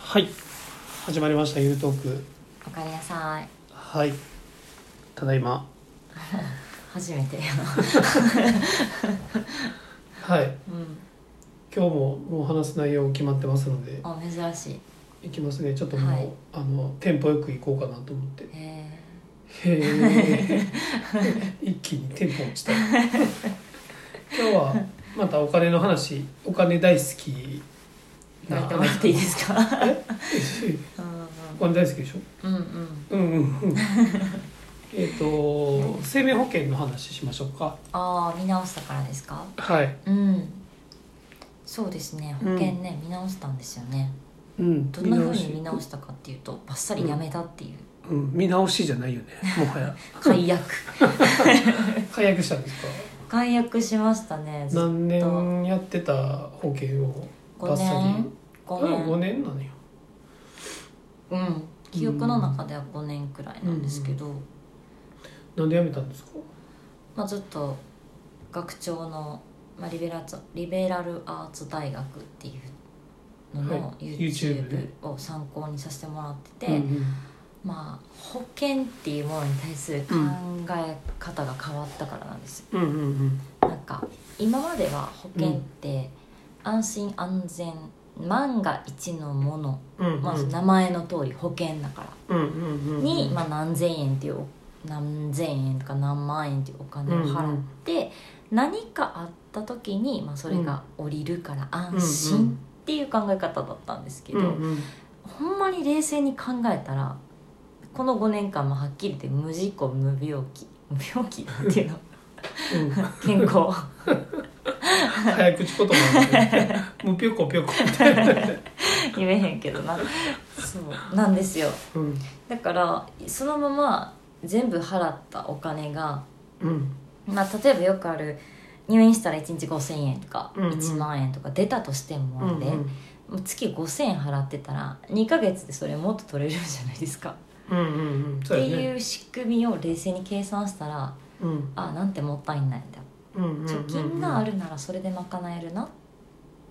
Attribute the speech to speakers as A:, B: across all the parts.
A: はい始まりました「ゆうトーク
B: おかえりなさい」
A: はいただいま
B: 初め てよ、
A: はい
B: うん、
A: 今日ももう話す内容決まってますので
B: あ珍しい
A: いきますねちょっともう、
B: はい
A: あのテンポよく行こうかなと思って
B: え
A: へえ 一気にテンポ落ちた今日はまたお金の話お金大好き
B: ー、やめてもらっていいですか
A: お金大好きでしょ
B: うんうんうん
A: うんうんうんえっと生命保険の話しましょうか
B: ああ見直したからですか
A: はい
B: うんそうですね保
A: うん
B: 険ね、見直したんですよね
A: うん
B: どんなふう
A: し
B: に見直したかっていうとバッサリやめたっていう、
A: うん、見直しじゃないよねもはや
B: 解約
A: 解約したんですか
B: 解約しましたねず
A: 何年やってた保険を
B: 5年5年
A: 5年なのよ
B: うん記憶の中では5年くらいなんですけど、
A: なんで辞めたんですか
B: まあ、ずっと学長の、まあ、リベラツリベラルアーツ大学っていうの
A: は
B: の
A: い YouTube ね
B: YouTube を参考にさせてもらってて、
A: うん
B: まあ、保険っていうものに対する考え方が変わったからなんです、
A: うん、うんうん
B: なんか今までは保険って安心安全万が一のもの、
A: うんうん
B: まあ、名前の通り保険だから、
A: うんうんうん
B: に、まあ、何千円っていうお何千円とか何万円っていうお金を払って、何かあった時に、まあ、それが降りるから安心っていう考え方だったんですけど、
A: うんうん
B: ほんまに冷静に考えたらこの5年間もはっきり言って無事故無病気無病気っ ていうの
A: うん、
B: 健康
A: 早口言葉なんだ ねもうぴょこぴょこみたいな、
B: 言えへんけどなそうなんですよ
A: うん
B: だからそのまま全部払ったお金が
A: うん
B: まあ、例えばよくある入院したら1日5,000円とか
A: うんうん
B: 1万円とか出たとしても
A: うん
B: で、もう月5,000円払ってたら2ヶ月でそれもっと取れるじゃないですか。
A: うんうんうんそ
B: っ
A: う
B: て
A: やね
B: いう仕組みを冷静に計算したら
A: うん
B: あなんてもったいないんだ
A: うんうんうんうん
B: 貯金があるならそれで賄えるなっ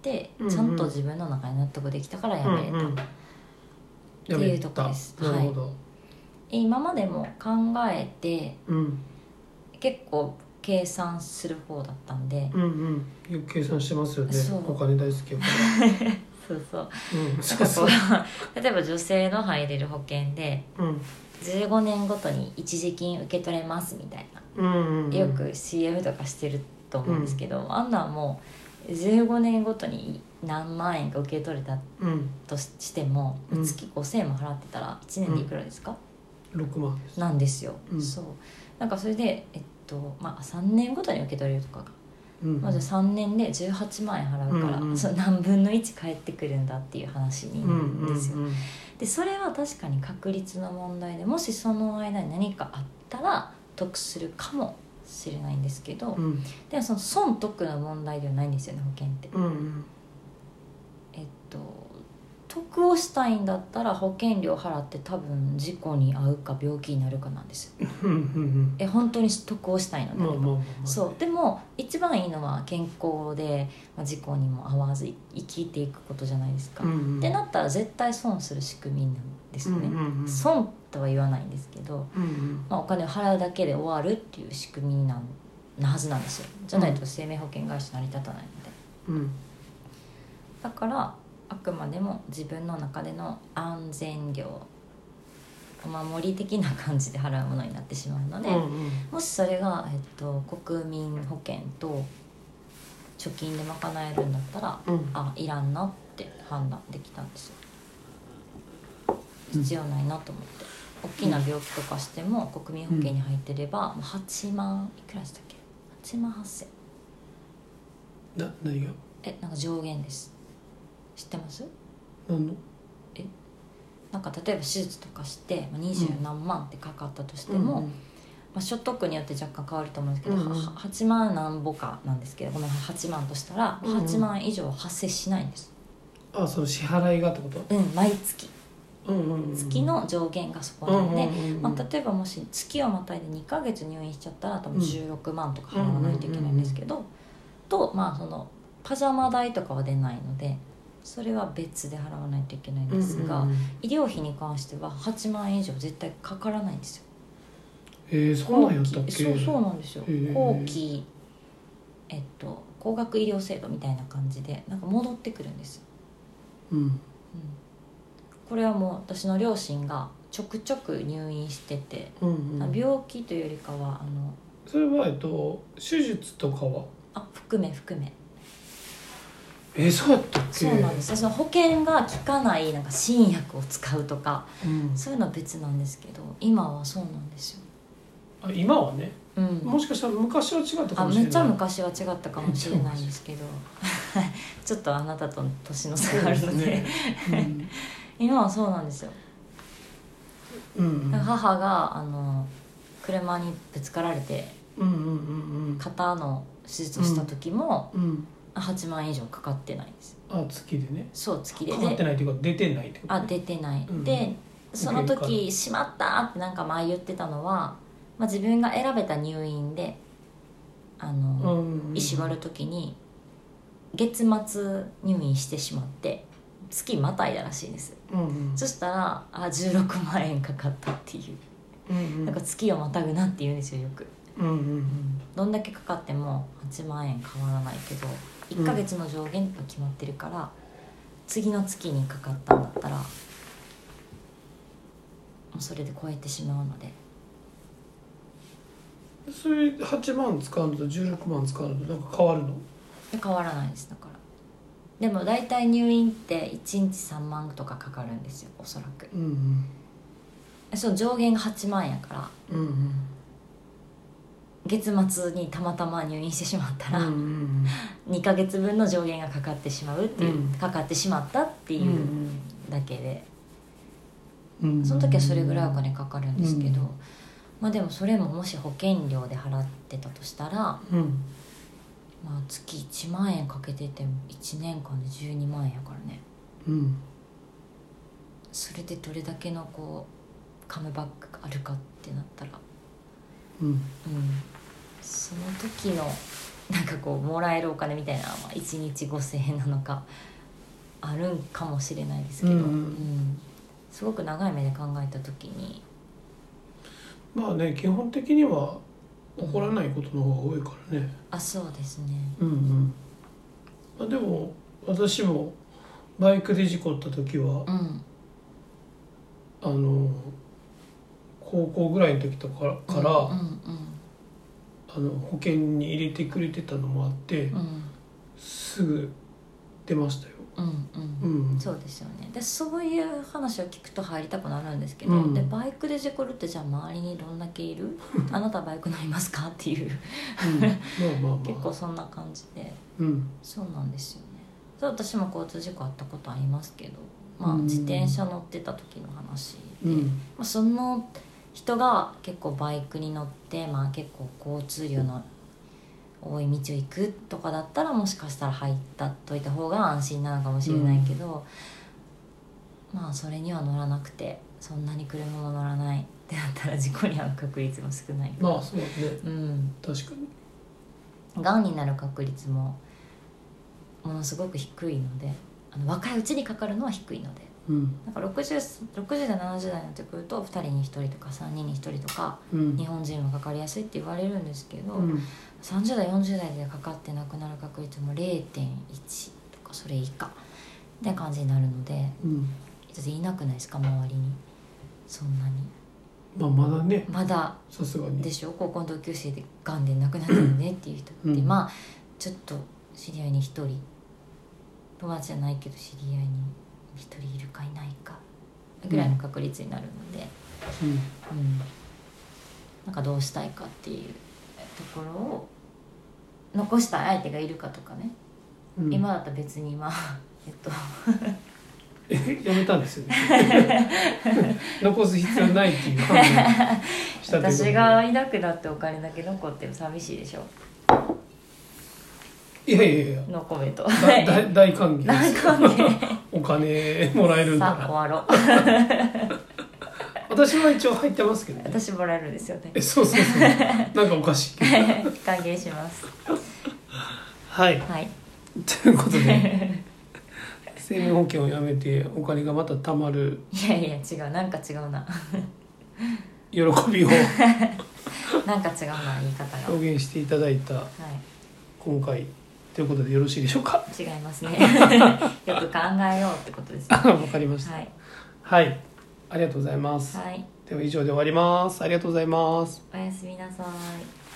B: て
A: うんうん
B: ちゃんと自分の中で納得できたからやめれ
A: う
B: た、
A: んうん
B: ていうとこです
A: やめたなるほど、
B: 今までも考えて
A: うん
B: 結構計算する方だったんで、
A: うんうんよく計算してますよね
B: そう
A: お金大好きよ、
B: そうそう
A: うん、
B: なんかこう例えば女性の入れる保険で
A: うん
B: 15年ごとに一時金受け取れますみたいな
A: うんうん、
B: よく CM とかしてると思うんですけど、あんなんもう15年ごとに何万円か受け取れた
A: うん
B: とししても
A: うん
B: 月5,000円も払ってたら1年でいくらですか、
A: 6万です
B: なんですよ、
A: うん
B: そうなんかそれでえっとまあ3年ごとに受け取れるとかが、
A: うん
B: まあ、じゃあ3年で18万円払うから、
A: うんうん
B: その何分の1返ってくるんだっていう話に
A: う
B: なる
A: ん
B: ん
A: うん
B: ですよ、
A: うん
B: でそれは確かに確率の問題でもしその間に何かあったら得するかもしれないんですけど、
A: うん
B: でもその損得の問題ではないんですよね保険って。
A: うんうん
B: えっと得をしたいんだったら保険料払って多分事故に遭うか病気になるかなんですよ
A: うんうん
B: え本当に得をしたいの
A: うんまあ
B: であ
A: まあまあ
B: れば、
A: まあ
B: そうでも一番いいのは健康で、まあ、事故にも遭わず生きていくことじゃないですか、
A: うんうん
B: ってなったら絶対損する仕組みなんですよね、
A: うんうんうん
B: 損とは言わないんですけど、
A: うんうん
B: まあ、お金を払うだけで終わるっていう仕組みなんなはずなんですよじゃないと生命保険会社成り立たないので
A: うん
B: だからあくまでも自分の中での安全料お守り的な感じで払うものになってしまうので、
A: うんうん
B: もしそれが、えっと、国民保険と貯金で賄えるんだったら
A: うん
B: あいらんなって判断できたんですよ
A: うん
B: 必要ないなと思って大きな病気とかしても国民保険に入ってれば、もう8万いくらでしたっけ8万8000
A: な何が
B: えなんか上限です知ってます
A: 何の
B: なんか例えば手術とかしてまあ20何万ってかかったとしても、まあ、所得によって若干変わると思うんですけど、
A: うんうん
B: は8万なんぼかなんですけどごめん8万としたら
A: うんうん
B: 8万以上は発生しないんです
A: あその支払いがってこと
B: うん毎月
A: うんうんうん
B: 月の上限がそこ
A: う
B: なんの
A: うん
B: で、
A: うんうん
B: まあ、例えばもし月をまたいで2ヶ月入院しちゃったら多分
A: うん
B: 16万とか払わないといけないんですけど、とまあそのパジャマ代とかは出ないのでそれは別で払わないといけないんですが、
A: うんうんうん
B: 医療費に関しては8万円以上絶対かからないんですよ
A: えー、そんなんやったっけ
B: そうそうなんですよ
A: へー
B: 後期えっと高額医療制度みたいな感じでなんか戻ってくるんです、
A: うん
B: うんこれはもう私の両親がちょくちょく入院してて、
A: うんうん、
B: 病気というよりかはあの
A: それは、えっと、手術とかは
B: あ含め含め
A: えー、そうやったっけ
B: そうなんですその保険が効かないなんか新薬を使うとか
A: うん
B: そういうのは別なんですけど今はそうなんですよ、
A: あ今はね
B: うん、
A: もしかしたら昔は違ったか
B: あ
A: もしれな
B: め
A: い
B: っちゃ昔は違ったかもしれないんですけど ちょっとあなたと年の差があるので
A: そうですね
B: 今はそうなんですよ、
A: うんうんうん
B: 母があの車にぶつかられて
A: うんうんうん
B: 肩の手術をした時も、
A: うんうん
B: 8万円以上かかってないんです
A: あ月でね
B: そう月で
A: かかって
B: で
A: ないというか出てないってこと、ね、
B: あ出てない、
A: うん
B: でその
A: 受ける
B: 時「しまった!」ってなんか前言ってたのは、まあ、自分が選べた入院であの、
A: うん
B: 医師割る時に月末入院してしまって月またいだらしいんです
A: うんうん
B: そしたらあ16万円かかったっていう
A: うん
B: なんか月をまたぐなって言うんですよよく、
A: うんうん
B: どんだけかかっても8万円変わらないけど1ヶ月の上限が決まってるから、次の月にかかったんだったらもうそれで超えてしまうので
A: うんそれ8万使うのと16万使うのとなんか変わるの
B: で変わらないですだからでも大体入院って1日3万とかかかるんですよおそらく
A: うんうん
B: その上限が8万やから
A: うんうん
B: 月末にたまたま入院してしまったら、
A: うんうん
B: 2ヶ月分の上限がかかってしまうっていう、
A: うん
B: かかってしまったって
A: う
B: い
A: ん
B: うだけで、
A: うんうん
B: その時はそれぐらいお金かかるんですけど、
A: うん
B: まあでもそれももし保険料で払ってたとしたら、ま
A: うん
B: あ、月1万円かけてても1年間で12万円やからね
A: うん
B: それでどれだけのこうカムバックがあるかってなったら
A: うん
B: うんその時のなんかこうもらえるお金みたいなのは1日5,000円なのかあるんかもしれないですけど、
A: うんうん
B: んすごく長い目で考えた時に
A: まあね基本的には怒らないことの方が多いからね
B: あそうですね
A: うんうんまあでも私もバイクで事故った時は
B: うん
A: あの高校ぐらいの時とかから、
B: うん
A: あの保険に入れてくれてたのもあって、
B: うんうん
A: すぐ出ましたよ、
B: うん
A: う
B: うん
A: ん、
B: そうですよねでそういう話を聞くと入りたくなるんですけど、
A: うん
B: でバイクで事故るってじゃあ周りにどんだけいるあなたバイク乗りますかっていう
A: うんまあまあまあ
B: 結構そんな感じで
A: うん
B: そうなんですよねそう私も交通事故あったことありますけど、まあ、
A: うん
B: 自転車乗ってた時の話
A: う
B: で、ま
A: ん
B: あ、その人が結構バイクに乗って、まあ、結構交通量の多い道を行くとかだったらもしかしたら入ったといた方が安心なのかもしれないけど、まあそれには乗らなくてそんなに車も乗らないってなったら事故に遭う確率も少ない
A: まあそうね
B: うん
A: 確かに
B: がんになる確率もものすごく低いのであの若いうちにかかるのは低いので
A: うん
B: なんか 60, 60代70代になってくると2人に1人とか3人に1人とか
A: うん
B: 日本人はかかりやすいって言われるんですけど、
A: うん
B: 30代40代でかかって亡くなる確率も0.1とかそれ以下って感じになるので
A: うん
B: だっていなくないですか周りにそんなに
A: まあまだね
B: まだ
A: さすが
B: で
A: に
B: しょ高校の同級生でがんで亡くなったよねっていう人って、
A: うん
B: まあちょっと知り合いに一人友達じゃないけど知り合いに一人いるかいないかぐらいの確率になるので、
A: うん
B: うんなんかどうしたいかっていうところを残したい相手がいるかとかね、
A: うん
B: 今 だったら別にまあえっと
A: えやめたんですよ ね残す必要ないっていう判断をしたということで
B: 私がいなくなってお金だけ残っても寂しいでしょ
A: いやいやいや
B: のコメ ント。
A: だだ大歓迎
B: な
A: で
B: ん
A: す
B: かね
A: お金もらえるんだ
B: さあ
A: か
B: 終
A: ら
B: わろう。
A: 私は一応入ってますけどね
B: 私もらえるんですよね
A: えそうそうそうなんかおかしいけど
B: 歓迎します
A: はい
B: はい
A: ということで生命保険をやめてお金がまた貯まる
B: いやいや違うなんか違うな
A: 喜び を
B: なんか違うな言い方がは
A: 表現していただいた
B: い
A: 今回ということでよろしいでしょうか
B: 違いますね よく考えようってことですね
A: わかりました
B: はい
A: はいありがとうございます
B: はい
A: では以上で終わりますありがとうございます
B: おやすみなさい